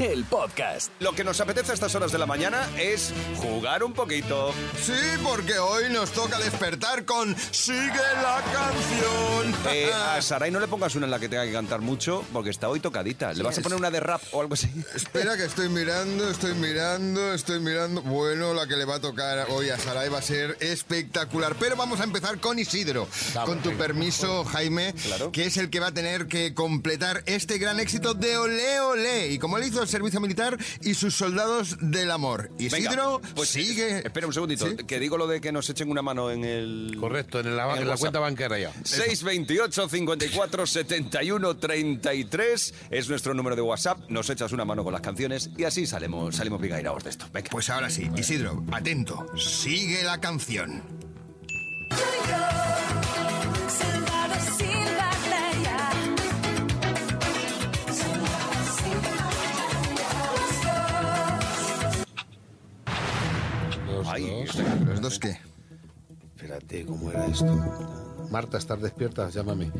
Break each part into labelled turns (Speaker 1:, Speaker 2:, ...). Speaker 1: el podcast.
Speaker 2: Lo que nos apetece a estas horas de la mañana es jugar un poquito.
Speaker 3: Sí, porque hoy nos toca despertar con Sigue la canción.
Speaker 2: Eh, a Saray no le pongas una en la que tenga que cantar mucho, porque está hoy tocadita. ¿Le vas a poner una de rap o algo así?
Speaker 3: Espera que estoy mirando, estoy mirando, estoy mirando. Bueno, la que le va a tocar hoy a Saray va a ser espectacular. Pero vamos a empezar con Isidro. con tu permiso, Jaime, que es el que va a tener que completar este gran éxito de Ole Ole. Y como le hizo el servicio militar y sus soldados del amor.
Speaker 2: Venga,
Speaker 3: Isidro
Speaker 2: pues
Speaker 3: sigue.
Speaker 2: Espera un segundito,
Speaker 3: ¿Sí?
Speaker 2: que digo lo de que nos echen una mano en el...
Speaker 4: Correcto, en la,
Speaker 2: En
Speaker 4: en la
Speaker 2: WhatsApp.
Speaker 4: cuenta bancaria ya.
Speaker 2: 628 54 71 33 es nuestro número de WhatsApp. Nos echas una mano con las canciones y así salimos, salimos picairaos de esto. Venga.
Speaker 3: Pues ahora sí, Isidro, atento. Sigue la canción.
Speaker 2: Ay,
Speaker 3: ¿Los dos qué?
Speaker 4: Espérate, ¿cómo era esto? Marta, estás despierta, llámame.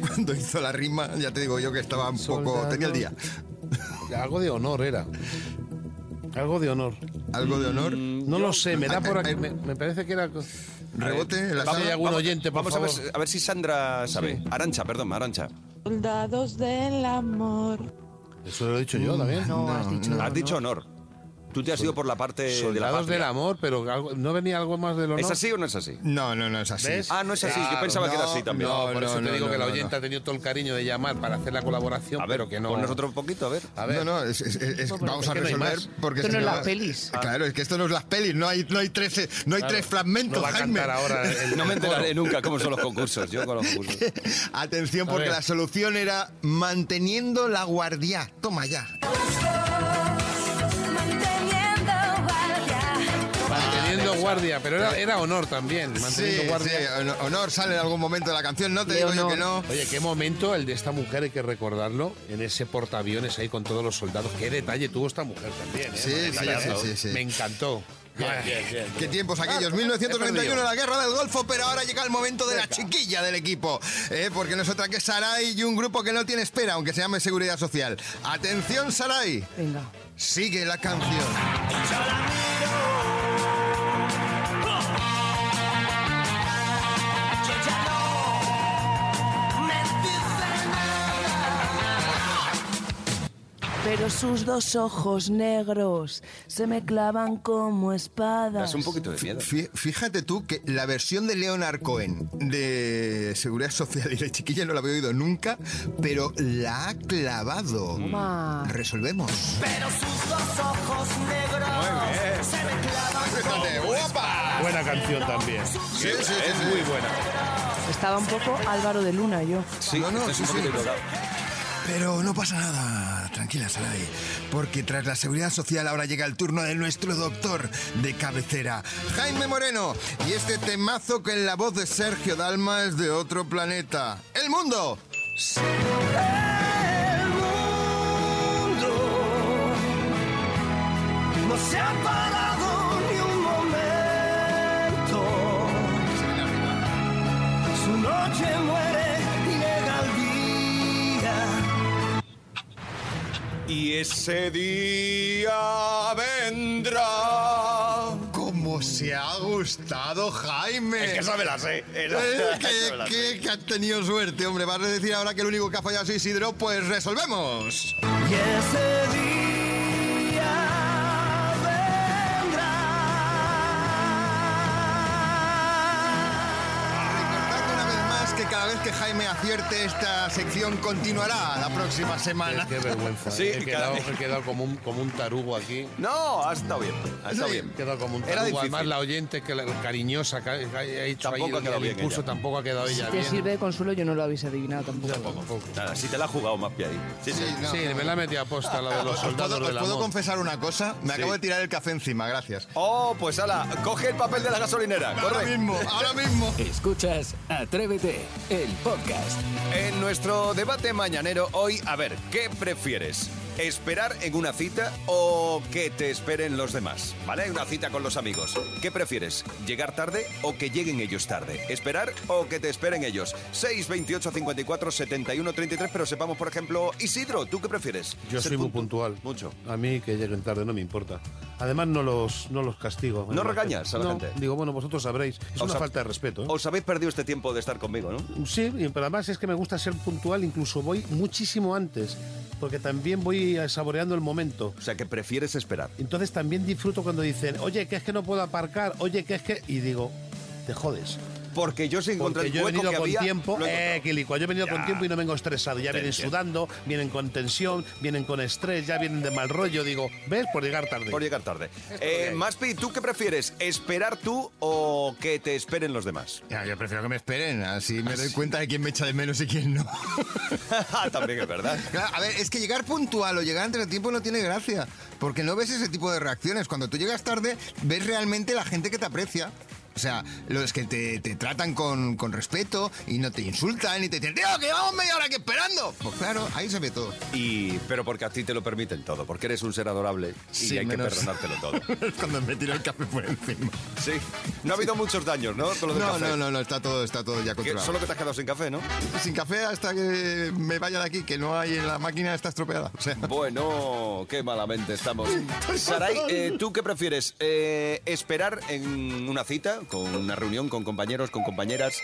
Speaker 3: Cuando hizo la rima, ya te digo yo que estaba un poco.
Speaker 4: Soldado.
Speaker 3: tenía el día.
Speaker 4: Algo de honor era. Algo de honor.
Speaker 3: Algo de honor.
Speaker 4: No lo sé, me da por
Speaker 3: Ah, eh,
Speaker 4: aquí.
Speaker 3: eh,
Speaker 4: Me, me parece que era.
Speaker 3: Rebote en la
Speaker 4: Vamos,
Speaker 3: sala.
Speaker 4: algún oyente, por
Speaker 2: vamos
Speaker 4: favor.
Speaker 2: A, ver, a ver si Sandra sabe. Arancha, perdón, Arancha.
Speaker 5: Soldados del amor.
Speaker 4: Eso lo he dicho yo también.
Speaker 6: No, has dicho.
Speaker 2: Has dicho honor. Tú te has ido por la parte
Speaker 4: Soldados
Speaker 2: eh, de
Speaker 4: del
Speaker 2: la patria.
Speaker 4: amor, pero algo- no venía algo más del honor.
Speaker 2: ¿Es así o no es así?
Speaker 3: No, no, no es así.
Speaker 4: ¿Ves?
Speaker 2: Ah, no es así. Yo
Speaker 4: Claro,
Speaker 2: pensaba que era así también.
Speaker 4: No, por
Speaker 3: No,
Speaker 4: eso
Speaker 3: no,
Speaker 4: te digo
Speaker 3: no,
Speaker 4: que la
Speaker 3: no,
Speaker 4: oyente
Speaker 3: no.
Speaker 4: ha tenido todo el cariño de llamar para hacer la colaboración,
Speaker 2: a ver,
Speaker 4: pero que no.
Speaker 2: con nosotros un poquito, a ver.
Speaker 4: A ver,
Speaker 3: No, no, es- es- es- es- vamos a
Speaker 4: que no hay
Speaker 3: resolver
Speaker 4: más.
Speaker 3: porque
Speaker 6: Esto
Speaker 3: si
Speaker 6: no es
Speaker 3: no-
Speaker 6: las pelis.
Speaker 3: Ah, Claro, es que esto no es las pelis, no hay, no hay, 13, no hay tres fragmentos,
Speaker 4: no va a
Speaker 3: Jaime.
Speaker 4: cantar ahora. eh. el-
Speaker 2: No me
Speaker 4: el
Speaker 2: enteraré
Speaker 4: coro.
Speaker 2: nunca cómo son los concursos. Yo con los concursos.
Speaker 3: Atención, porque
Speaker 4: ver.
Speaker 3: la solución era manteniendo la guardia. Toma ya.
Speaker 4: Manteniendo guardia, pero era, era honor también. Manteniendo
Speaker 3: Sí,
Speaker 4: guardia.
Speaker 3: sí, hon- honor sale en algún momento de la canción, no te digo yo
Speaker 6: Leonor.
Speaker 3: que no.
Speaker 4: Oye, qué momento el de esta mujer, hay que recordarlo, en ese portaaviones ahí con todos los soldados. Qué detalle tuvo esta mujer también. ¿eh?
Speaker 3: Sí,
Speaker 4: Madre
Speaker 3: sí,
Speaker 4: mía,
Speaker 3: sí,
Speaker 4: ¿no?
Speaker 3: sí, sí.
Speaker 4: Me encantó. Ay,
Speaker 3: ¿Qué tiempos aquellos? 1991, la guerra del Golfo, pero ahora llega el momento de la chiquilla del equipo. ¿eh? Porque no es otra que Sarai y un grupo que no tiene espera, aunque se llame Seguridad Social. Atención, Sarai,
Speaker 6: Venga.
Speaker 3: sigue la canción.
Speaker 5: Pero sus dos ojos negros se me clavan como espadas.
Speaker 2: Das un poquito de miedo.
Speaker 3: Fí- Fíjate tú que la versión de Leonard Cohen de Seguridad Social y de Chiquilla no la había oído nunca, pero la ha clavado.
Speaker 6: Ma.
Speaker 3: Resolvemos.
Speaker 4: Buena canción también.
Speaker 3: Sí, sí, sí, sí.
Speaker 4: Muy buena.
Speaker 6: Estaba un poco Álvaro de Luna yo.
Speaker 2: Sí,
Speaker 3: No, no,
Speaker 2: esto es un
Speaker 3: sí,
Speaker 2: poquito
Speaker 3: sí.
Speaker 2: enrolado.
Speaker 3: Pero no pasa nada, tranquila Saray, porque tras la seguridad social ahora llega el turno de nuestro doctor de cabecera, Jaime Moreno, y este temazo que en la voz de Sergio Dalma es de otro planeta, el mundo.
Speaker 7: No se ha parado ni un momento. Su noche muere y llega el día.
Speaker 2: Y ese día vendrá.
Speaker 3: Como se ha gustado Jaime.
Speaker 2: sabe la sé.
Speaker 3: Eh, que, que- que has tenido suerte, hombre. Vas a decir ahora que el único que ha fallado es Isidro, pues resolvemos.
Speaker 7: Y ese día vendrá.
Speaker 3: Recordad una vez más que cada vez que Jaime acierte esta sección continuará la próxima semana.
Speaker 4: Qué vergüenza. ¿eh?
Speaker 2: Sí,
Speaker 4: he, quedado,
Speaker 2: cada-
Speaker 4: he quedado como un, como un tarugo aquí.
Speaker 2: No, ha estado bien. Ha estado
Speaker 3: Sí.
Speaker 2: bien.
Speaker 4: He quedado como un
Speaker 2: Era
Speaker 4: tarugo.
Speaker 2: difícil.
Speaker 4: Además, la oyente que la, cariñosa que ha, que ha hecho
Speaker 2: Tampoco
Speaker 4: ahí
Speaker 2: ha
Speaker 4: el-
Speaker 2: quedado
Speaker 4: el
Speaker 2: bien
Speaker 4: impulso
Speaker 2: ella.
Speaker 4: tampoco ha quedado ella
Speaker 6: Te
Speaker 4: bien.
Speaker 6: sirve de consuelo, yo no lo habéis adivinado tampoco.
Speaker 2: Nada, sí te la ha jugado más piadí. Sí, sí.
Speaker 3: no,
Speaker 4: Sí,
Speaker 3: no.
Speaker 4: me la metí a posta la de los
Speaker 3: Os puedo-
Speaker 4: soldados
Speaker 3: os
Speaker 4: del
Speaker 3: Pues puedo
Speaker 4: amor.
Speaker 3: confesar una cosa. Me acabo de tirar el café encima, gracias.
Speaker 2: Oh, pues ala, coge el papel de la gasolinera.
Speaker 3: Ahora
Speaker 2: Corre.
Speaker 3: mismo, ahora mismo.
Speaker 1: Escuchas Atrévete, el podcast.
Speaker 2: En nuestro debate mañanero hoy, a ver, ¿qué prefieres? ¿Esperar en una cita o que te esperen los demás? ¿Vale? Una cita con los amigos. ¿Qué prefieres? ¿Llegar tarde o que lleguen ellos tarde? ¿Esperar o que te esperen ellos? 6, 28, 54, 71, 33. Pero sepamos, por ejemplo, Isidro, ¿tú qué prefieres?
Speaker 4: Yo
Speaker 2: ¿Ser
Speaker 4: soy muy
Speaker 2: puntu-
Speaker 4: puntual.
Speaker 2: Mucho.
Speaker 4: A mí que lleguen tarde no me importa. Además no los, no los castigo.
Speaker 2: ¿No regañas a la
Speaker 4: No,
Speaker 2: gente?
Speaker 4: Digo, bueno, vosotros sabréis. Es
Speaker 2: Os
Speaker 4: una
Speaker 2: ha-
Speaker 4: falta de respeto. ¿eh?
Speaker 2: Os habéis perdido este tiempo de estar conmigo, ¿no?
Speaker 4: Sí, y- pero además es que me gusta ser puntual, incluso voy muchísimo antes, porque también voy eh, saboreando el momento.
Speaker 2: O sea, que prefieres esperar.
Speaker 4: Entonces también disfruto cuando dicen, oye, que es que no puedo aparcar, oye, que es que... Y digo, te jodes.
Speaker 2: Porque yo sin encontrar
Speaker 4: Porque
Speaker 2: el
Speaker 4: yo he
Speaker 2: hueco
Speaker 4: venido
Speaker 2: que
Speaker 4: con
Speaker 2: había,
Speaker 4: tiempo,
Speaker 2: lo he encontrado.
Speaker 4: eh, quilicua, yo he venido
Speaker 2: Ya.
Speaker 4: con tiempo y no vengo estresado. Ya
Speaker 2: Te
Speaker 4: vienen
Speaker 2: entiendo.
Speaker 4: sudando, vienen con tensión, vienen con estrés, ya vienen de mal rollo. Digo, ¿ves? Por llegar tarde.
Speaker 2: Por llegar tarde.
Speaker 4: lo que
Speaker 2: Eh,
Speaker 4: hay.
Speaker 2: Maspi, ¿tú qué prefieres? ¿Esperar tú o que te esperen los demás?
Speaker 3: Ya, yo prefiero que me esperen, así me doy cuenta de quién me echa de menos y quién no.
Speaker 2: También es verdad.
Speaker 3: Claro, a ver, es que llegar puntual o llegar antes de tiempo no tiene gracia, porque no ves ese tipo de reacciones. Cuando tú llegas tarde, ves realmente la gente que te aprecia. O sea, los que te, te tratan con, con respeto y no te insultan y te dicen, tío, que llevamos media hora aquí esperando. Pues claro, ahí se ve todo.
Speaker 2: Y, pero porque a ti te lo permiten todo, porque eres un ser adorable y
Speaker 3: Sí,
Speaker 2: hay
Speaker 3: menos-
Speaker 2: que perdonártelo todo.
Speaker 3: Cuando me tiro el café por encima.
Speaker 2: Sí. No ha habido muchos daños, ¿no? Con lo del
Speaker 3: No,
Speaker 2: café.
Speaker 3: no, no, no, está todo, está todo ya
Speaker 2: Que-
Speaker 3: controlado.
Speaker 2: solo que te has quedado sin café, ¿no?
Speaker 3: Sin café hasta que me vaya de aquí, que no hay en la máquina, está estropeada. O sea,
Speaker 2: Bueno, qué malamente estamos. Saray, eh, ¿tú qué prefieres? Eh, ¿Esperar en una cita, con una reunión con compañeros, con compañeras?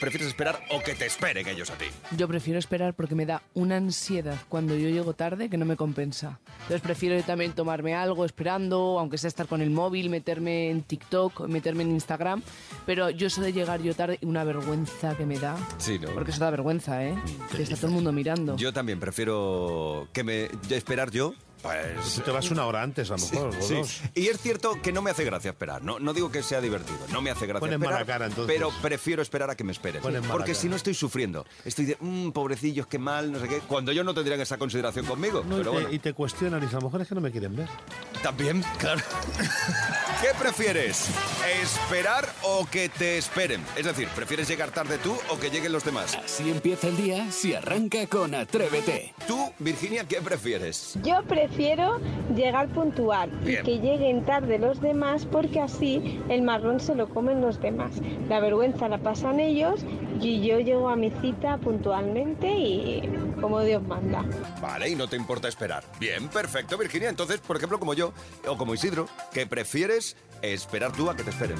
Speaker 2: ¿Prefieres esperar o que te esperen ellos a ti?
Speaker 6: Yo prefiero esperar porque me da una ansiedad cuando yo llego tarde que no me compensa. Entonces prefiero yo también tomarme algo esperando, aunque sea estar con el móvil, meterme en TikTok, meterme en Instagram. Pero yo eso de llegar yo tarde, una vergüenza que me da.
Speaker 2: Sí, ¿no?
Speaker 6: Porque eso da vergüenza, ¿eh? Que está todo el mundo mirando.
Speaker 2: Yo también prefiero que me de esperar yo. Pues
Speaker 4: Si te vas una hora antes, a lo mejor, o
Speaker 2: sí.
Speaker 4: dos.
Speaker 2: Y es cierto que no me hace gracia esperar. No, no digo que sea divertido. No me hace gracia
Speaker 4: Pones
Speaker 2: esperar.
Speaker 4: mala cara, entonces.
Speaker 2: Pero prefiero esperar a que me esperen.
Speaker 4: Pones mala
Speaker 2: Porque
Speaker 4: cara.
Speaker 2: si no estoy sufriendo. Estoy de, mmm, pobrecillos, qué mal, no sé qué. Cuando yo no tendrían esa consideración conmigo.
Speaker 4: No, y,
Speaker 2: pero
Speaker 4: te,
Speaker 2: bueno,
Speaker 4: y te cuestionan, y dicen, a lo mejor es que no me quieren ver.
Speaker 2: también, claro. ¿Qué prefieres? ¿Esperar o que te esperen? Es decir, ¿prefieres llegar tarde tú o que lleguen los demás?
Speaker 1: Así empieza el día si arranca con Atrévete.
Speaker 2: Tú, Virginia, ¿qué prefieres?
Speaker 8: Yo prefiero llegar puntual
Speaker 2: Bien.
Speaker 8: y que lleguen tarde los demás porque así el marrón se lo comen los demás. La vergüenza la pasan ellos y yo llego a mi cita puntualmente y como Dios manda.
Speaker 2: Vale, y no te importa esperar. Bien, perfecto, Virginia. Entonces, por ejemplo, como yo, o como Isidro, que prefieres esperar tú a que te esperen.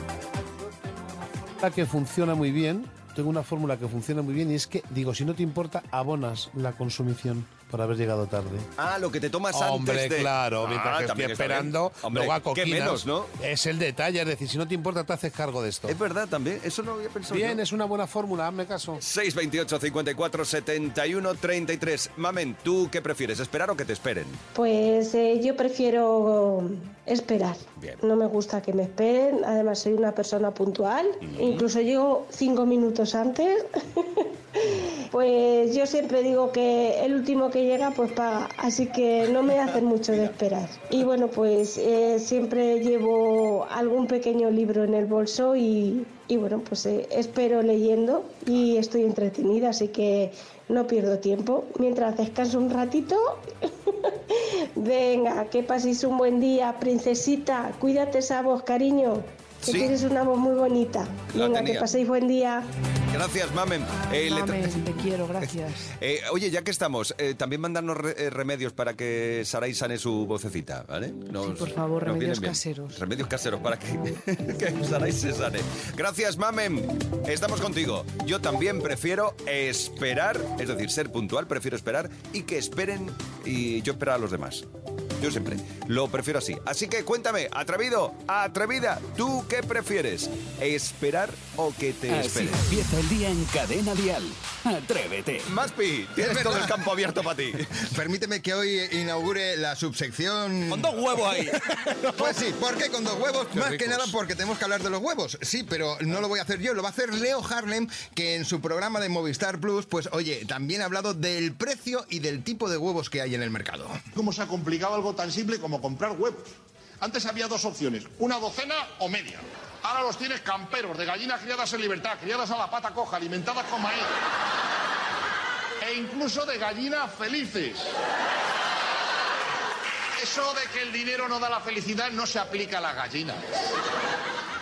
Speaker 4: La que funciona muy bien, tengo una fórmula que funciona muy bien, y es que, digo, si no te importa, abonas la consumición por haber llegado tarde.
Speaker 2: Ah, lo que te tomas
Speaker 4: Hombre,
Speaker 2: antes de...
Speaker 4: claro, mientras
Speaker 2: Ah,
Speaker 4: que estoy
Speaker 2: también está bien.
Speaker 4: esperando,
Speaker 2: Hombre,
Speaker 4: luego a coquinas.
Speaker 2: qué menos, ¿no?
Speaker 4: Es el detalle, es decir, si no te importa, te haces cargo de esto.
Speaker 2: Es verdad también, eso no había pensado
Speaker 4: Bien,
Speaker 2: yo.
Speaker 4: es una buena fórmula, hazme caso.
Speaker 2: 628 54 71 33. Mamen, ¿tú qué prefieres, esperar o que te esperen?
Speaker 9: Pues eh, yo prefiero esperar.
Speaker 2: Bien.
Speaker 9: No me gusta que me esperen. Además, soy una persona puntual. Incluso llego cinco minutos antes. pues yo siempre digo que el último que llega, pues paga. Así que no me hacen mucho de esperar. Y bueno, pues eh, siempre llevo algún pequeño libro en el bolso y, y bueno, pues eh, espero leyendo y estoy entretenida. Así que no pierdo tiempo. Mientras descanso un ratito. Venga, que paséis un buen día, princesita. Cuídate esa voz, cariño. Que
Speaker 2: Sí.
Speaker 9: tienes una voz muy bonita.
Speaker 2: La
Speaker 9: Venga, que
Speaker 2: tenía.
Speaker 9: paséis buen día.
Speaker 2: Gracias, Mamen. Eh, le tra-
Speaker 6: Mamen, te quiero, gracias.
Speaker 2: Eh, oye, ya que estamos, eh, también mandarnos re- eh, remedios para que Saray sane su vocecita, ¿vale? Nos-
Speaker 6: Sí, por favor,
Speaker 2: nos
Speaker 6: remedios
Speaker 2: vienen bien.
Speaker 6: caseros.
Speaker 2: Remedios caseros para que, que Saray se sane. Gracias, Mamen. Estamos contigo. Yo también prefiero esperar, es decir, ser puntual, prefiero esperar y que esperen y yo esperar a los demás. Yo siempre lo prefiero así. Así que cuéntame, atrevido, atrevida, ¿tú qué prefieres? ¿Esperar o que te
Speaker 1: Así
Speaker 2: esperen?
Speaker 1: empieza el día en Cadena Dial. Atrévete.
Speaker 2: Maspi, tienes todo el campo abierto para ti.
Speaker 3: Permíteme que hoy inaugure la subsección... Con
Speaker 2: dos huevos ahí.
Speaker 3: Pues sí, ¿por qué con dos huevos?
Speaker 10: Qué
Speaker 3: Más que
Speaker 10: ricos.
Speaker 3: nada porque tenemos que hablar de los huevos. Sí, pero no lo voy a hacer yo, lo va a hacer Leo Harlem, que en su programa de Movistar Plus, pues oye, también ha hablado del precio y del tipo de huevos que hay en el mercado.
Speaker 11: cómo se ha complicado algo tan simple como comprar huevos. Antes había dos opciones, una docena o media. Ahora los tienes camperos, de gallinas criadas en libertad, criadas a la pata coja, alimentadas con maíz. E incluso de gallinas felices. Eso de que el dinero no da la felicidad no se aplica a las gallinas.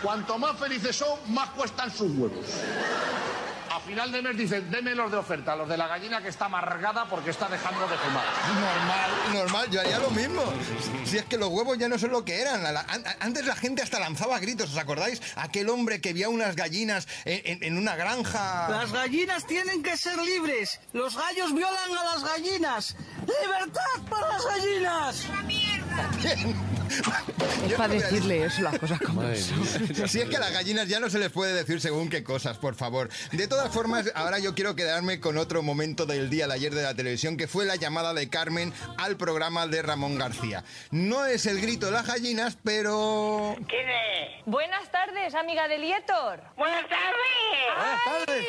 Speaker 11: Cuanto más felices son, más cuestan sus huevos. A final de mes dicen, deme los de oferta, los de la gallina que está amargada porque está dejando de fumar.
Speaker 3: Normal, normal, yo haría lo mismo. Si es que los huevos ya no son lo que eran. La- la- an- antes la gente hasta lanzaba gritos, ¿os acordáis? Aquel hombre que vio unas gallinas en, en- en una granja.
Speaker 12: Las gallinas tienen que ser libres. Los gallos violan a las gallinas. ¡Libertad para las gallinas!
Speaker 6: Es para decirle eso, las cosas como
Speaker 3: Madre
Speaker 6: son.
Speaker 3: Si es que a las gallinas ya no se les puede decir según qué cosas, por favor. De todas formas, ahora yo quiero quedarme con otro momento del día de ayer de la televisión, que fue la llamada de Carmen al programa de Ramón García. No es el grito de las gallinas, pero...
Speaker 13: Buenas tardes, amiga de Lietor. Buenas tardes.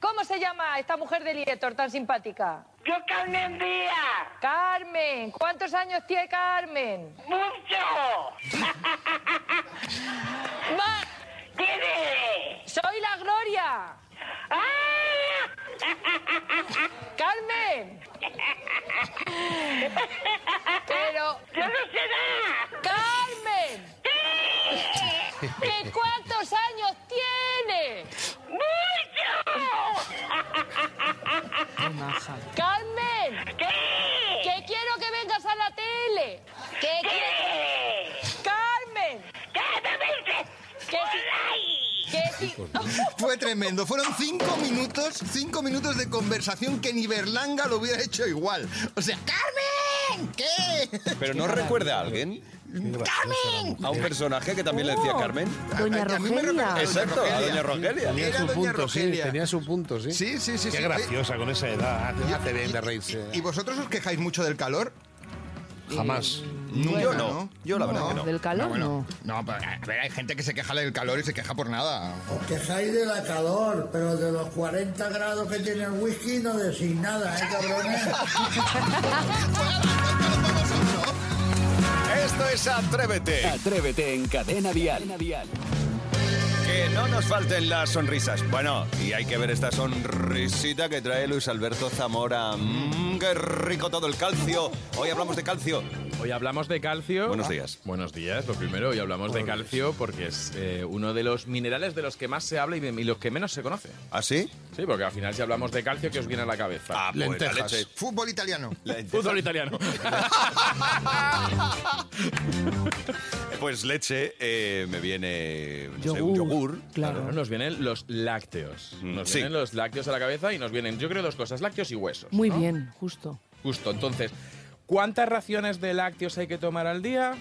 Speaker 13: ¿Cómo se llama esta mujer de Lietor tan simpática? Yo Carmen Díaz. Carmen, ¿cuántos años tiene Carmen? Mucho. ¿Quién eres? Soy la Gloria. Ah. Carmen. Pero... Yo no sé nada. Carmen. ¿Qué cuántos años tiene? ¡Mucho! Carmen. ¿Qué? Que quiero que vengas a la tele. ¿Qué? quieres? Carmen. ¿Qué te dices? ¿Qué?
Speaker 3: Fue tremendo. Fueron cinco minutos, cinco minutos de conversación que ni Berlanga lo hubiera hecho igual. O sea, ¡Carmen! ¿Qué?
Speaker 2: ¿Pero no recuerda a alguien?
Speaker 3: ¡Carmen!
Speaker 2: ¿A un personaje que también le decía Carmen?
Speaker 3: Doña Oh. A- a mí me Rogelia. recuerda a Doña
Speaker 2: Exacto, a
Speaker 3: Rogelia.
Speaker 2: Doña Rogelia.
Speaker 3: Tenía
Speaker 4: Tenía
Speaker 3: Era
Speaker 4: su
Speaker 3: doña
Speaker 4: punto, sí,
Speaker 3: Rogelia.
Speaker 4: tenía su punto, sí.
Speaker 3: Sí, sí, sí,
Speaker 4: Qué
Speaker 3: sí.
Speaker 4: graciosa con esa edad. Hace bien de reírse.
Speaker 3: ¿Y vosotros os quejáis mucho del calor?
Speaker 4: Jamás.
Speaker 3: Nunca,
Speaker 4: Yo
Speaker 3: no.
Speaker 4: no.
Speaker 3: Yo la
Speaker 4: No,
Speaker 3: verdad que no.
Speaker 4: del calor,
Speaker 3: bueno, no. pero, a ver, hay gente que se queja del calor y se queja por nada.
Speaker 14: Quejáis de la calor, pero de los 40 grados que tiene el whisky no decís nada, ¿eh, cabrones?
Speaker 2: Esto es Atrévete.
Speaker 1: Atrévete en Cadena Dial.
Speaker 2: Que no nos falten las sonrisas. Bueno, y hay que ver esta sonrisita que trae Luis Alberto Zamora. Mmm, qué rico todo el calcio. Hoy hablamos de calcio.
Speaker 15: Hoy hablamos de calcio. Ah,
Speaker 2: Buenos días.
Speaker 15: Buenos días, lo primero. Hoy hablamos de calcio porque es eh, uno de los minerales de los que más se habla y, de- y los que menos se conoce.
Speaker 2: ¿Ah, sí? pues
Speaker 15: Sí, porque al final si hablamos de calcio, ¿qué os viene a la cabeza? Ah,
Speaker 3: Fútbol italiano.
Speaker 15: Fútbol italiano.
Speaker 2: Eh, Pues leche, eh, me viene no sé, un yogur.
Speaker 15: Claro. Mm, Nos vienen los lácteos. Nos
Speaker 2: sí.
Speaker 15: vienen los lácteos a la cabeza y nos vienen, yo creo, dos cosas, lácteos y huesos.
Speaker 6: Muy
Speaker 15: ¿no?
Speaker 6: bien, justo.
Speaker 15: Justo, entonces, ¿cuántas raciones de lácteos hay que tomar al día?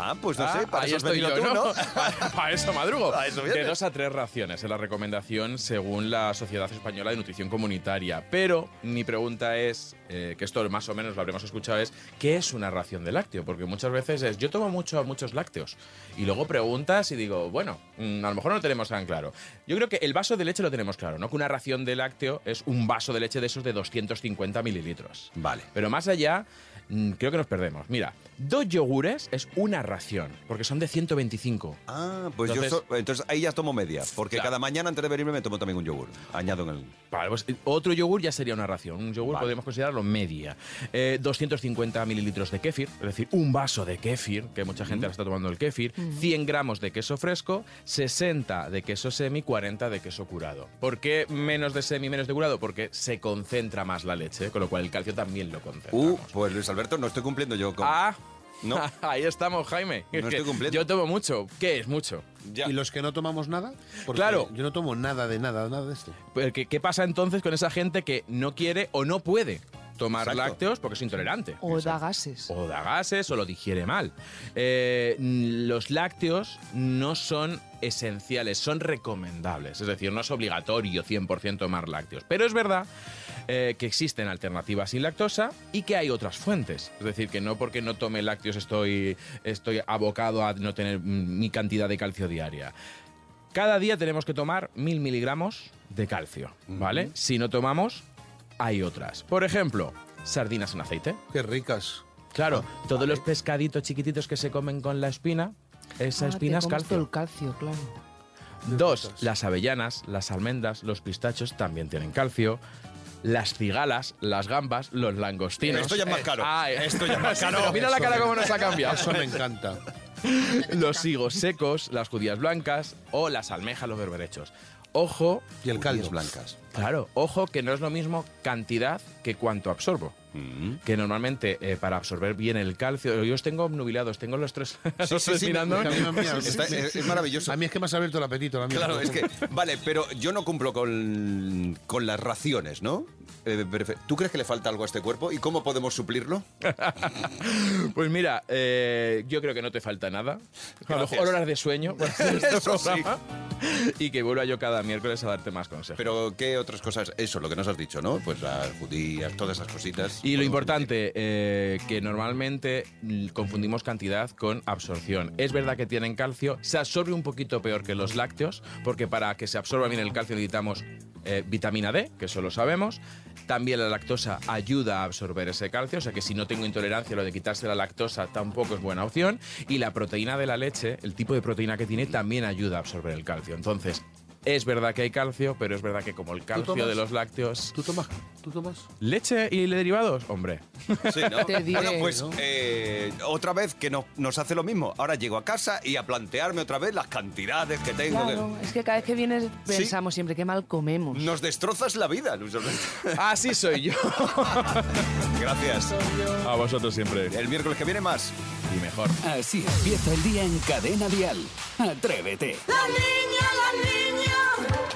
Speaker 2: Ah, pues no sé, para
Speaker 15: ahí
Speaker 2: eso has
Speaker 15: estoy
Speaker 2: venido
Speaker 15: yo,
Speaker 2: tú, ¿no?
Speaker 15: para eso madrugo.
Speaker 2: Para eso
Speaker 15: de
Speaker 2: vienes.
Speaker 15: dos a tres raciones es la recomendación según la Sociedad Española de Nutrición Comunitaria. Pero mi pregunta es, eh, que esto más o menos lo habremos escuchado, es ¿qué es una ración de lácteo? Porque muchas veces es, yo tomo mucho, muchos lácteos. Y luego preguntas y digo, bueno, mm, a lo mejor no lo tenemos tan claro. Yo creo que el vaso de leche lo tenemos claro, ¿no? Que una ración de lácteo es un vaso de leche de esos de 250 mililitros.
Speaker 2: Vale.
Speaker 15: Pero más allá, mm, creo que nos perdemos. Mira, dos yogures es una ración, porque son de 125.
Speaker 2: Ah, Pues
Speaker 15: entonces,
Speaker 2: yo so- entonces ahí ya tomo media, porque cada mañana antes de venirme me tomo también un yogur. Añado en el...
Speaker 15: Vale, pues, eh, otro yogur ya sería una ración. Un yogur podríamos considerarlo media. Eh, 250 mililitros de kéfir, es decir, un vaso de kéfir, que mucha gente ahora está tomando el kéfir. 100 gramos de queso fresco, 60 de queso semi, 40 de queso curado. ¿Por qué menos de semi, menos de curado? Porque se concentra más la leche, con lo cual el calcio también lo concentra.
Speaker 2: Uh, pues Luis Alberto, no estoy cumpliendo yo con...
Speaker 15: Ah,
Speaker 2: No.
Speaker 15: ahí estamos, Jaime.
Speaker 2: No estoy cumpliendo.
Speaker 15: Yo tomo mucho. ¿Qué es mucho?
Speaker 4: ¿Y los que no tomamos nada? Porque
Speaker 15: Claro.
Speaker 4: Yo no tomo nada de nada, nada de esto.
Speaker 15: Porque, ¿Qué pasa entonces con esa gente que no quiere o no puede tomar
Speaker 6: Exacto.
Speaker 15: lácteos porque es intolerante.
Speaker 6: O da gases.
Speaker 15: O da gases o lo digiere mal. Eh, los lácteos no son esenciales, son recomendables. Es decir, no es obligatorio 100% tomar lácteos. Pero es verdad eh, que existen alternativas sin lactosa y que hay otras fuentes. Es decir, que no porque no tome lácteos estoy, estoy abocado a no tener mm, mi cantidad de calcio diaria. Cada día tenemos que tomar mil miligramos de calcio, ¿vale? Si no tomamos, hay otras. Por ejemplo, sardinas en aceite. Qué ricas. Ah, Claro, todos los pescaditos chiquititos que se comen con la espina, esa
Speaker 6: Ah, te
Speaker 15: espina es
Speaker 6: comes
Speaker 15: calcio.
Speaker 6: todo el calcio, claro.
Speaker 15: Dos, las avellanas, las almendras, los pistachos también tienen calcio. Las cigalas, las gambas, los langostinos.
Speaker 2: Esto ya es más
Speaker 15: Eh,
Speaker 2: caro.
Speaker 15: ay,
Speaker 2: Esto ya es más caro.
Speaker 15: pero Mira la cara como nos ha cambiado.
Speaker 2: Eso me
Speaker 15: encanta. Los higos secos, las judías blancas o las almejas, los berberechos. Ojo. Y el calcio. blancas. Claro, ojo que no es lo mismo cantidad que cuánto absorbo.
Speaker 2: Mm.
Speaker 15: Que normalmente eh, para absorber bien el calcio, yo os tengo obnubilados, tengo los tres, los tres mirando.
Speaker 2: Está- es- es maravilloso.
Speaker 10: A mí es que me has abierto el apetito. La mía.
Speaker 2: Claro, es que. Vale, pero yo no cumplo con, con las raciones, ¿no? Eh, perfe- ¿Tú crees que le falta algo a este cuerpo? ¿Y cómo podemos suplirlo?
Speaker 15: Pues mira, eh, yo creo que no te falta nada. A lo mejor horas de sueño. por hacer este
Speaker 2: Eso sí.
Speaker 15: programa. Y que vuelva yo cada miércoles a darte más consejos.
Speaker 2: Pero, ¿qué otras cosas? Eso, lo que nos has dicho, ¿no? Pues las judías, todas esas cositas.
Speaker 15: Y lo importante, eh, que normalmente l- confundimos cantidad con absorción. Es verdad que tienen calcio, se absorbe un poquito peor que los lácteos, porque para que se absorba bien el calcio necesitamos eh, vitamina D, que eso lo sabemos. También la lactosa ayuda a absorber ese calcio, o sea que si no tengo intolerancia, lo de quitarse la lactosa tampoco es buena opción. Y la proteína de la leche, el tipo de proteína que tiene, también ayuda a absorber el calcio. Entonces, es verdad que hay calcio, pero es verdad que como el calcio
Speaker 10: tomas?
Speaker 15: de los lácteos... ¿Tú tomas
Speaker 10: ¿Tú tomas?
Speaker 15: ¿Leche y derivados? Hombre.
Speaker 2: Sí, ¿no?
Speaker 10: Te diré,
Speaker 2: bueno, pues
Speaker 10: ¿no?
Speaker 2: eh, otra vez que no- nos hace lo mismo. Ahora llego a casa y a plantearme otra vez las cantidades que tengo. que-
Speaker 6: Claro, es que cada vez que vienes pensamos siempre qué mal comemos.
Speaker 2: Nos destrozas la vida, Luis Alberto.
Speaker 15: Así soy yo.
Speaker 2: Gracias.
Speaker 15: A vosotros siempre.
Speaker 2: El miércoles que viene más.
Speaker 15: Y mejor.
Speaker 1: Así empieza el día en Cadena Dial. Atrévete.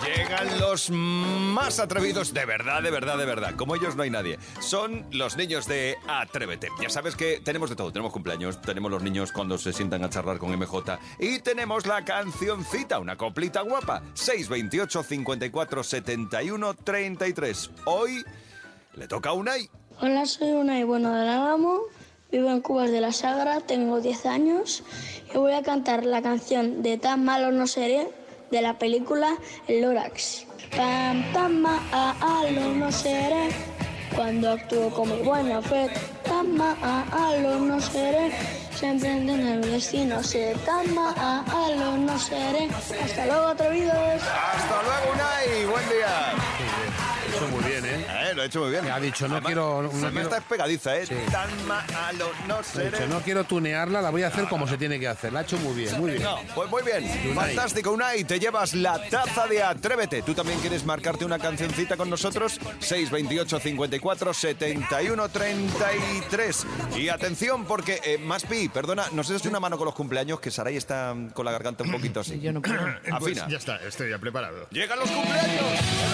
Speaker 2: Llegan los más atrevidos, de verdad, de verdad, de verdad. Como ellos no hay nadie. Son los niños de Atrévete. Ya sabes que tenemos de todo. Tenemos cumpleaños, tenemos los niños cuando se sientan a charlar con MJ. Y tenemos la cancioncita, una coplita guapa. 628 54 71 33. Hoy le toca a Unai.
Speaker 16: Hola, soy Unai Bueno del Álamo, vivo en Cubas de la Sagra, tengo 10 años y voy a cantar la canción de Tan malo no seré de la película El Lorax. Tan, tan malo no seré cuando actúo con mi buena fe. Tan malo no seré, siempre en el destino sé. Tan malo no seré. Hasta luego, atrevidos.
Speaker 2: Hasta luego, Unai. Buen día.
Speaker 10: Lo he hecho muy bien, ¿eh?
Speaker 2: Lo he hecho muy bien.
Speaker 10: Ha dicho, no quiero... No
Speaker 2: Se me
Speaker 10: quiero-
Speaker 2: está pegadiza, ¿eh?
Speaker 10: Sí.
Speaker 2: Tan malo no
Speaker 10: Lo he
Speaker 2: seré.
Speaker 10: dicho, no quiero tunearla, la voy a hacer como se tiene que hacer. La ha hecho muy bien, muy bien.
Speaker 2: No, pues muy bien.
Speaker 10: Unai.
Speaker 2: Fantástico, Unai. Te llevas la taza de Atrévete. ¿Tú también quieres marcarte una cancioncita con nosotros? 628 54 71 33. Y atención, porque, eh, Maspi, perdona, nos des una mano con los cumpleaños, que Saray está mm, con la garganta un poquito así. Yo no puedo. Afina.
Speaker 17: ya está, estoy ya preparado.
Speaker 2: Llegan los cumpleaños.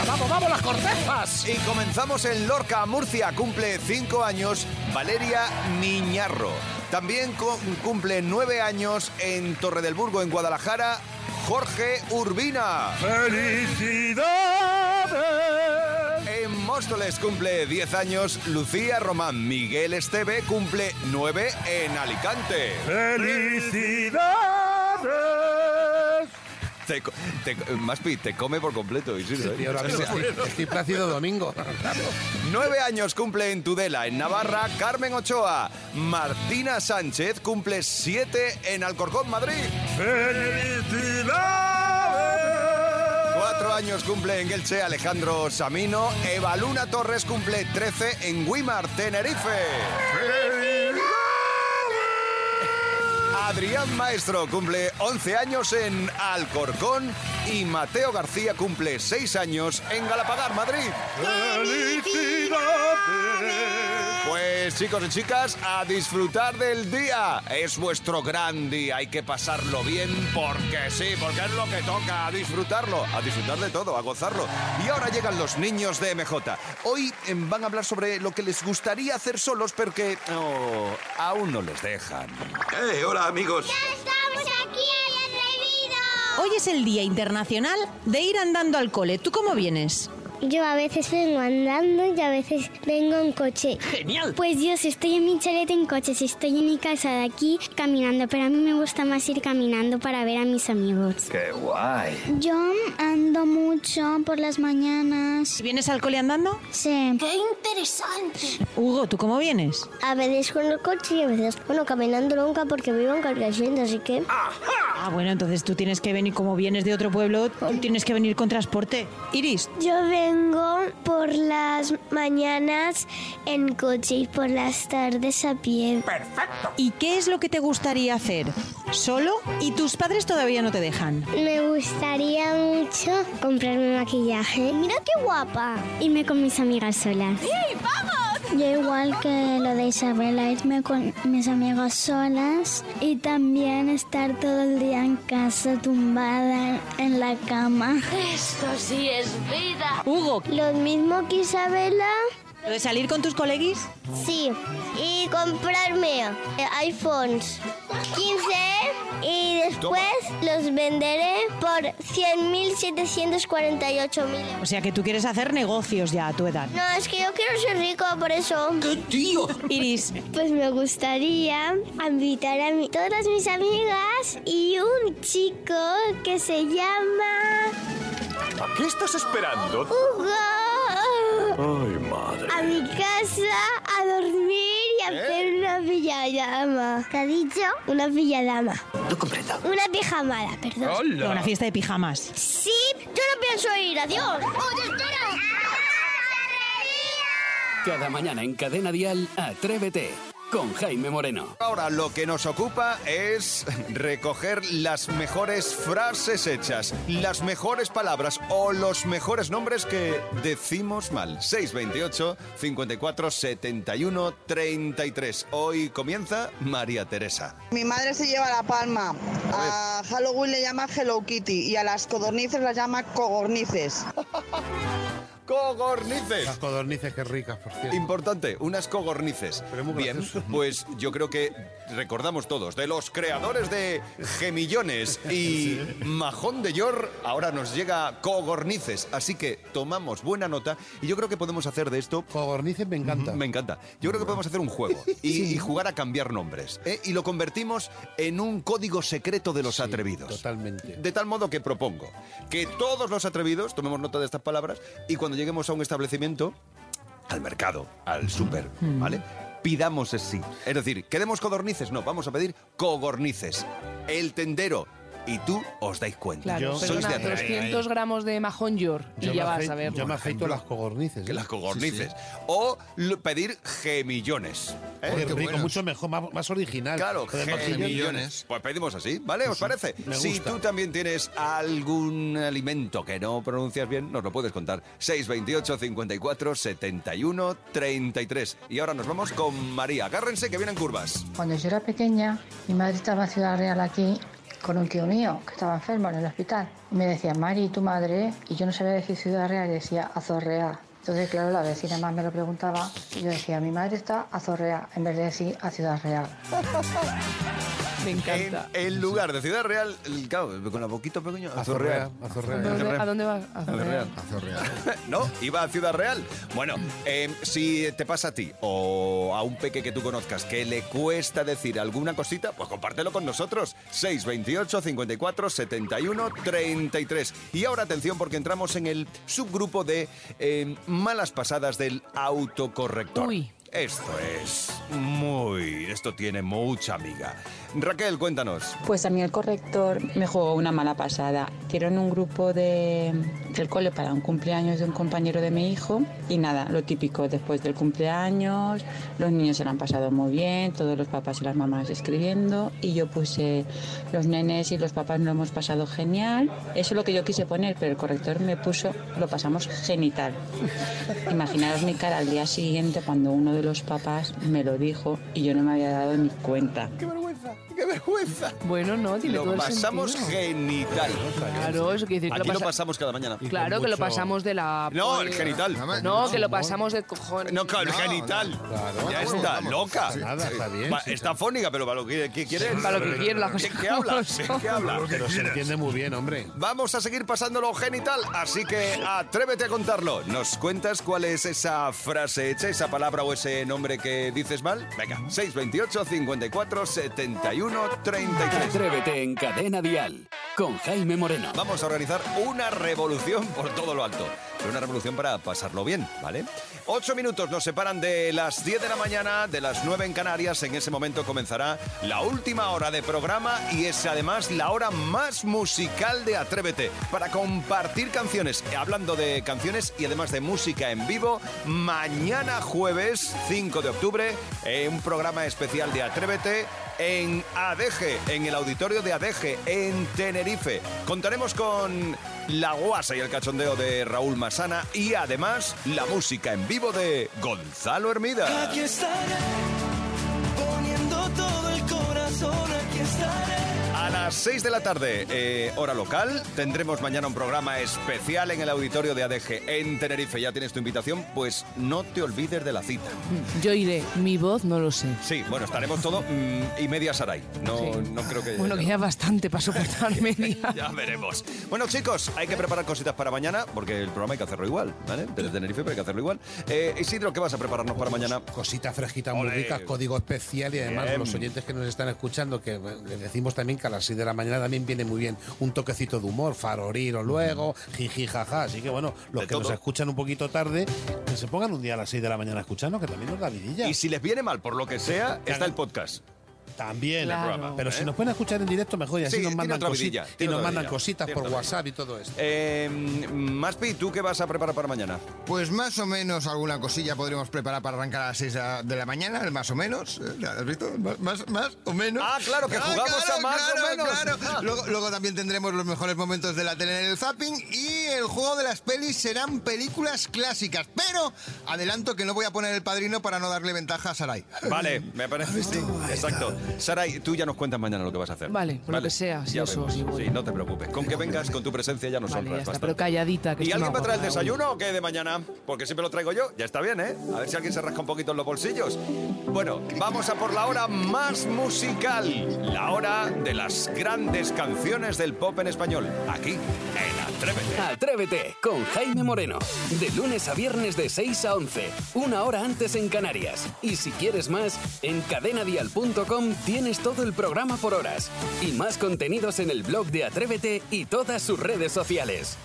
Speaker 2: Vamos, vamos, las cortezas. Y comenzamos en Lorca, Murcia. Cumple 5 años Valeria Niñarro. También cu- cumple 9 años en Torre del Burgo, en Guadalajara, Jorge Urbina. ¡Felicidades! En Móstoles cumple 10 años Lucía Román. Miguel Esteve cumple 9 en Alicante. ¡Felicidades! Te, co- te, co- Maspi, te come por completo. Isidro, ¿eh?
Speaker 10: Y ahora mismo
Speaker 2: O sea,
Speaker 10: estoy, estoy Plácido Domingo.
Speaker 2: Nueve años cumple en Tudela, en Navarra, Carmen Ochoa. Martina Sánchez cumple siete en Alcorcón, Madrid. Cuatro años cumple en Elche Alejandro Samino. Eva Luna Torres cumple 13 en Guimar, Tenerife. Adrián Maestro cumple 11 años en Alcorcón y Mateo García cumple 6 años en Galapagar, Madrid. Pues Viernes, chicos y chicas, a disfrutar del día. Es vuestro gran día, hay que pasarlo bien porque sí, porque es lo que toca, a disfrutarlo, a disfrutar de todo, a gozarlo. Y ahora llegan los niños de MJ. Hoy em, van a hablar sobre lo que les gustaría hacer solos porque oh, aún no les dejan.
Speaker 17: Eh, hola, amigos.
Speaker 18: ¡Estamos aquí en Hoy es el Día Internacional de ir andando al cole. ¿Tú cómo vienes?
Speaker 19: Yo a veces vengo andando y a veces vengo en coche. ¡Genial! Pues yo si estoy en mi chalet en coche, si estoy en mi casa de aquí caminando, pero a mí me gusta más ir caminando para ver a mis amigos.
Speaker 17: ¡Qué guay!
Speaker 19: Yo ando mucho por las mañanas.
Speaker 18: ¿Vienes al cole andando?
Speaker 19: Sí.
Speaker 18: ¡Qué interesante! Hugo, ¿tú cómo vienes?
Speaker 19: A veces con el coche y a veces, bueno, caminando nunca porque vivo en Carcassonne, así que...
Speaker 18: Ah, bueno, entonces tú tienes que venir, como vienes de otro pueblo, tú tienes que venir con transporte. Iris,
Speaker 19: Yo vengo por las mañanas en coche y por las tardes a pie.
Speaker 18: Perfecto. ¿Y qué es lo que te gustaría hacer? ¿Solo? ¿Y tus padres todavía no te dejan?
Speaker 19: Me gustaría mucho comprarme maquillaje. Mira qué guapa. Irme con mis amigas solas. Yo igual que lo de Isabela, irme con mis amigas solas y también estar todo el día en casa tumbada en la cama.
Speaker 18: Esto sí es vida. Hugo,
Speaker 19: Lo mismo que Isabela.
Speaker 18: ¿lo de salir con tus coleguis?
Speaker 19: Sí, y comprarme eh, iPhones 15 y después los venderé por 100.748.000
Speaker 18: O sea que tú quieres hacer negocios ya a tu edad.
Speaker 19: No, es que yo quiero ser rico, por eso. ¡Qué
Speaker 18: tío! Iris.
Speaker 19: Pues me gustaría invitar a mi- todas mis amigas y un chico que se llama
Speaker 17: ¿A qué estás esperando?
Speaker 19: Hugo
Speaker 17: ¡Ay, madre! ¿Eh?
Speaker 19: a mi casa a dormir y a hacer una pijama. ¿Qué ha dicho? Una pijama.
Speaker 18: Lo comprendo.
Speaker 19: Una pijamada, perdón.
Speaker 18: Pero Una fiesta de pijamas.
Speaker 19: Sí, yo no pienso ir, adiós. Ah, ¡Oye, espera!
Speaker 1: Cada mañana en Cadena Dial, Atrévete con Jaime Moreno.
Speaker 2: Ahora lo que nos ocupa es recoger las mejores frases hechas, las mejores palabras o los mejores nombres que decimos mal. 628 54 71 33. Hoy comienza María Teresa.
Speaker 20: Mi madre se lleva la palma. A Halloween le llama Hello Kitty y a las codornices las llama cogornices.
Speaker 2: Cogornices.
Speaker 10: Las codornices que ricas, por cierto.
Speaker 2: Importante, unas cogornices. Bien, pues yo creo que recordamos todos, de los creadores de Gemillones y Majón de Yor, ahora nos llega cogornices. Así que tomamos buena nota y yo creo que podemos hacer de esto...
Speaker 10: Cogornices me encanta.
Speaker 2: Me encanta. Yo creo que podemos hacer un juego y, y jugar a cambiar nombres. ¿eh? Y lo convertimos en un código secreto de los atrevidos.
Speaker 10: Totalmente.
Speaker 2: De tal modo que propongo que todos los atrevidos tomemos nota de estas palabras y cuando lleguemos a un establecimiento, al mercado, al súper,
Speaker 10: Mm.
Speaker 2: ¿vale? Pidamos sí. Es decir, ¿queremos codornices? No, vamos a pedir cogornices. El tendero y tú os dais cuenta.
Speaker 6: Claro,
Speaker 2: Sois
Speaker 6: perdona,
Speaker 2: de atrevidos.
Speaker 6: 200 gramos de majón york y ya vas a ver.
Speaker 10: Yo me afeito las ¿eh? cogornices.
Speaker 2: Que las cogornices. O lo- pedir gemillones. ¿eh?
Speaker 10: Qué rico, mucho mejor, más, más original.
Speaker 2: Claro,
Speaker 10: Lo de mejillones.
Speaker 2: gemillones. Pues pedimos así, ¿vale? ¿Os
Speaker 10: Sí,
Speaker 2: parece?
Speaker 10: me
Speaker 2: Si
Speaker 10: gusta.
Speaker 2: tú también tienes algún alimento que no pronuncias bien, nos lo puedes contar. 628 54 71 33. Y ahora nos vamos con María. Agárrense que vienen curvas.
Speaker 21: Cuando yo era pequeña, mi madre estaba en Ciudad Real aquí con un tío mío que estaba enfermo en el hospital. Y me decía, Mari, tu madre, y yo no sabía decir Ciudad Real, y decía Azorrea. Entonces, claro, la vecina más me lo preguntaba y yo decía, mi madre está a Zorrea, en vez de decir a Ciudad Real.
Speaker 6: Me encanta.
Speaker 2: En, en lugar de Ciudad Real, el- claro, con la boquita pequeño, Azorreal.
Speaker 10: Azorreal.
Speaker 6: ¿Dónde- ¿A dónde vas? A
Speaker 2: Ciudad
Speaker 6: Zorrea.
Speaker 2: Real. no, iba a Ciudad Real. Bueno, eh, si te pasa a ti o a un peque que tú conozcas que le cuesta decir alguna cosita, pues compártelo con nosotros. 628 54 71 33. Y ahora atención porque entramos en el subgrupo de eh, malas pasadas del autocorrector. Esto es muy... Esto tiene mucha amiga. Raquel, cuéntanos.
Speaker 22: Pues a mí el corrector me jugó una mala pasada. Hicieron un grupo de, del cole para un cumpleaños de un compañero de mi hijo y nada, lo típico, después del cumpleaños, los niños se lo han pasado muy bien, todos los papás y las mamás escribiendo y yo puse los nenes y los papás lo hemos pasado genial. Eso es lo que yo quise poner, pero el corrector me puso lo pasamos genital. Imaginaros mi cara al día siguiente cuando uno de los papás me lo dijo y yo no me había dado ni cuenta.
Speaker 2: ¡Qué vergüenza! ¡Qué vergüenza!
Speaker 6: Bueno, no, tiene todo
Speaker 2: Lo
Speaker 6: el
Speaker 2: pasamos
Speaker 6: sentido.
Speaker 2: genital.
Speaker 6: Claro, eso quiere decir que
Speaker 2: Aquí
Speaker 6: ¿eh? lo
Speaker 2: lo
Speaker 6: pasa-
Speaker 2: pasamos cada mañana.
Speaker 6: Claro que lo pasamos de la...
Speaker 2: No, el
Speaker 6: poli-
Speaker 2: genital.
Speaker 6: No, que lo pasamos de cojones.
Speaker 2: No, claro, el genital. ya
Speaker 6: vamos,
Speaker 2: está,
Speaker 6: vamos.
Speaker 2: loca.
Speaker 6: Sí, nada, está bien,
Speaker 2: Va-
Speaker 6: sí,
Speaker 2: está fónica, pero para lo que ¿qué quiere.
Speaker 6: Para lo que quiere, las
Speaker 2: ¿Qué,
Speaker 6: cosas
Speaker 2: qué
Speaker 6: como
Speaker 2: habla?
Speaker 6: son.
Speaker 2: ¿Qué habla?
Speaker 4: Pero se entiende muy bien, hombre.
Speaker 2: Vamos a seguir pasándolo genital, así que atrévete a contarlo. ¿Nos cuentas cuál es esa frase hecha, esa palabra o ese nombre que dices mal? Venga, 628 54 71 33.
Speaker 1: Atrévete en Cadena Dial con Jaime Moreno.
Speaker 2: Vamos a organizar una revolución por todo lo alto. Pero una revolución para pasarlo bien, ¿vale? Ocho minutos nos separan de las 10 de la mañana, de las 9 en Canarias. En ese momento comenzará la última hora de programa y es además la hora más musical de Atrévete para compartir canciones. Hablando de canciones y además de música en vivo, mañana jueves 5 de octubre, eh, un programa especial de Atrévete en ADG, en el auditorio de ADG, en Tenerife. Contaremos con la guasa y el cachondeo de Raúl Masana y además la música en vivo de Gonzalo Hermida.
Speaker 12: Aquí estaré, poniendo todo el corazón, aquí estaré.
Speaker 2: A las 6 de la tarde, eh, hora local, tendremos mañana un programa especial en el auditorio de ADG en Tenerife. Ya tienes tu invitación, pues no te olvides de la cita.
Speaker 6: Yo iré, mi voz no lo sé.
Speaker 2: Sí, bueno, estaremos todo mm, y media Saray. No, no creo que...
Speaker 6: Bueno, que ya bastante para soportarme.
Speaker 2: Ya veremos. Bueno, chicos, hay que preparar cositas para mañana, porque el programa hay que hacerlo igual, ¿vale? Desde Tenerife, pero hay que hacerlo igual. Eh, Isidro, ¿qué vas a prepararnos para mañana?
Speaker 10: Cositas fresquitas muy
Speaker 2: Ole.
Speaker 10: ricas, código especial y además
Speaker 2: Bien.
Speaker 10: los oyentes que nos están escuchando, que bueno, les decimos también que a las 6 de la mañana también viene muy bien un toquecito de humor, faroriro luego, jiji, jaja. Así que bueno, los que nos escuchan un poquito tarde, que se pongan un día a las 6 de la mañana a escucharnos, que también nos da vidilla.
Speaker 2: Y si les viene mal, por lo que sea,
Speaker 10: Que
Speaker 2: está
Speaker 10: hagan-
Speaker 2: el podcast.
Speaker 10: También,
Speaker 2: El programa,
Speaker 10: pero
Speaker 2: ¿eh?
Speaker 10: si nos pueden escuchar en directo mejor y así
Speaker 2: Sí,
Speaker 10: nos
Speaker 2: tiene
Speaker 10: mandan,
Speaker 2: otra
Speaker 10: cosi-
Speaker 2: vidilla,
Speaker 10: y
Speaker 2: tiene
Speaker 10: nos
Speaker 2: otra
Speaker 10: mandan
Speaker 2: vidilla,
Speaker 10: cositas
Speaker 2: tiene
Speaker 10: por
Speaker 2: otra
Speaker 10: WhatsApp y todo esto.
Speaker 2: Eh, Maspi, ¿tú qué vas a preparar para mañana?
Speaker 3: Pues más o menos alguna cosilla podríamos preparar para arrancar a las 6 de la mañana, el más o menos. ¿eh? ¿Has visto? Más, más- más o menos.
Speaker 2: Ah, claro, que jugamos a más o menos. Ah.
Speaker 3: claro. Luego, luego también tendremos los mejores momentos de la tele en el zapping y el juego de las pelis serán películas clásicas. Pero adelanto que no voy a poner el padrino para no darle ventaja a Sarai.
Speaker 2: Vale, me parece, sí, exacto. Saray, tú ya nos cuentas mañana lo que vas a hacer.
Speaker 6: Vale, por lo que sea, si
Speaker 2: ya
Speaker 6: eso,
Speaker 2: vemos.
Speaker 6: sí, voy.
Speaker 2: Sí, no te preocupes. Con que vengas, con tu presencia ya nos
Speaker 6: Vale, ya
Speaker 2: honras
Speaker 6: está, pero
Speaker 2: bastante.
Speaker 6: calladita. Que
Speaker 2: ¿Y
Speaker 6: estoy
Speaker 2: alguien va a
Speaker 6: más
Speaker 2: traer el
Speaker 6: guapa,
Speaker 2: desayuno o qué de mañana? Porque siempre lo traigo yo. Ya está bien, ¿eh? A ver si alguien se rasca un poquito en los bolsillos. Bueno, vamos a por la hora más musical. La hora de las grandes canciones del pop en español. Aquí, en Atrévete.
Speaker 1: Atrévete con Jaime Moreno. De lunes a viernes de 6 a 11, una hora antes en Canarias. Y si quieres más, en cadenadial.com tienes todo el programa por horas. Y más contenidos en el blog de Atrévete y todas sus redes sociales.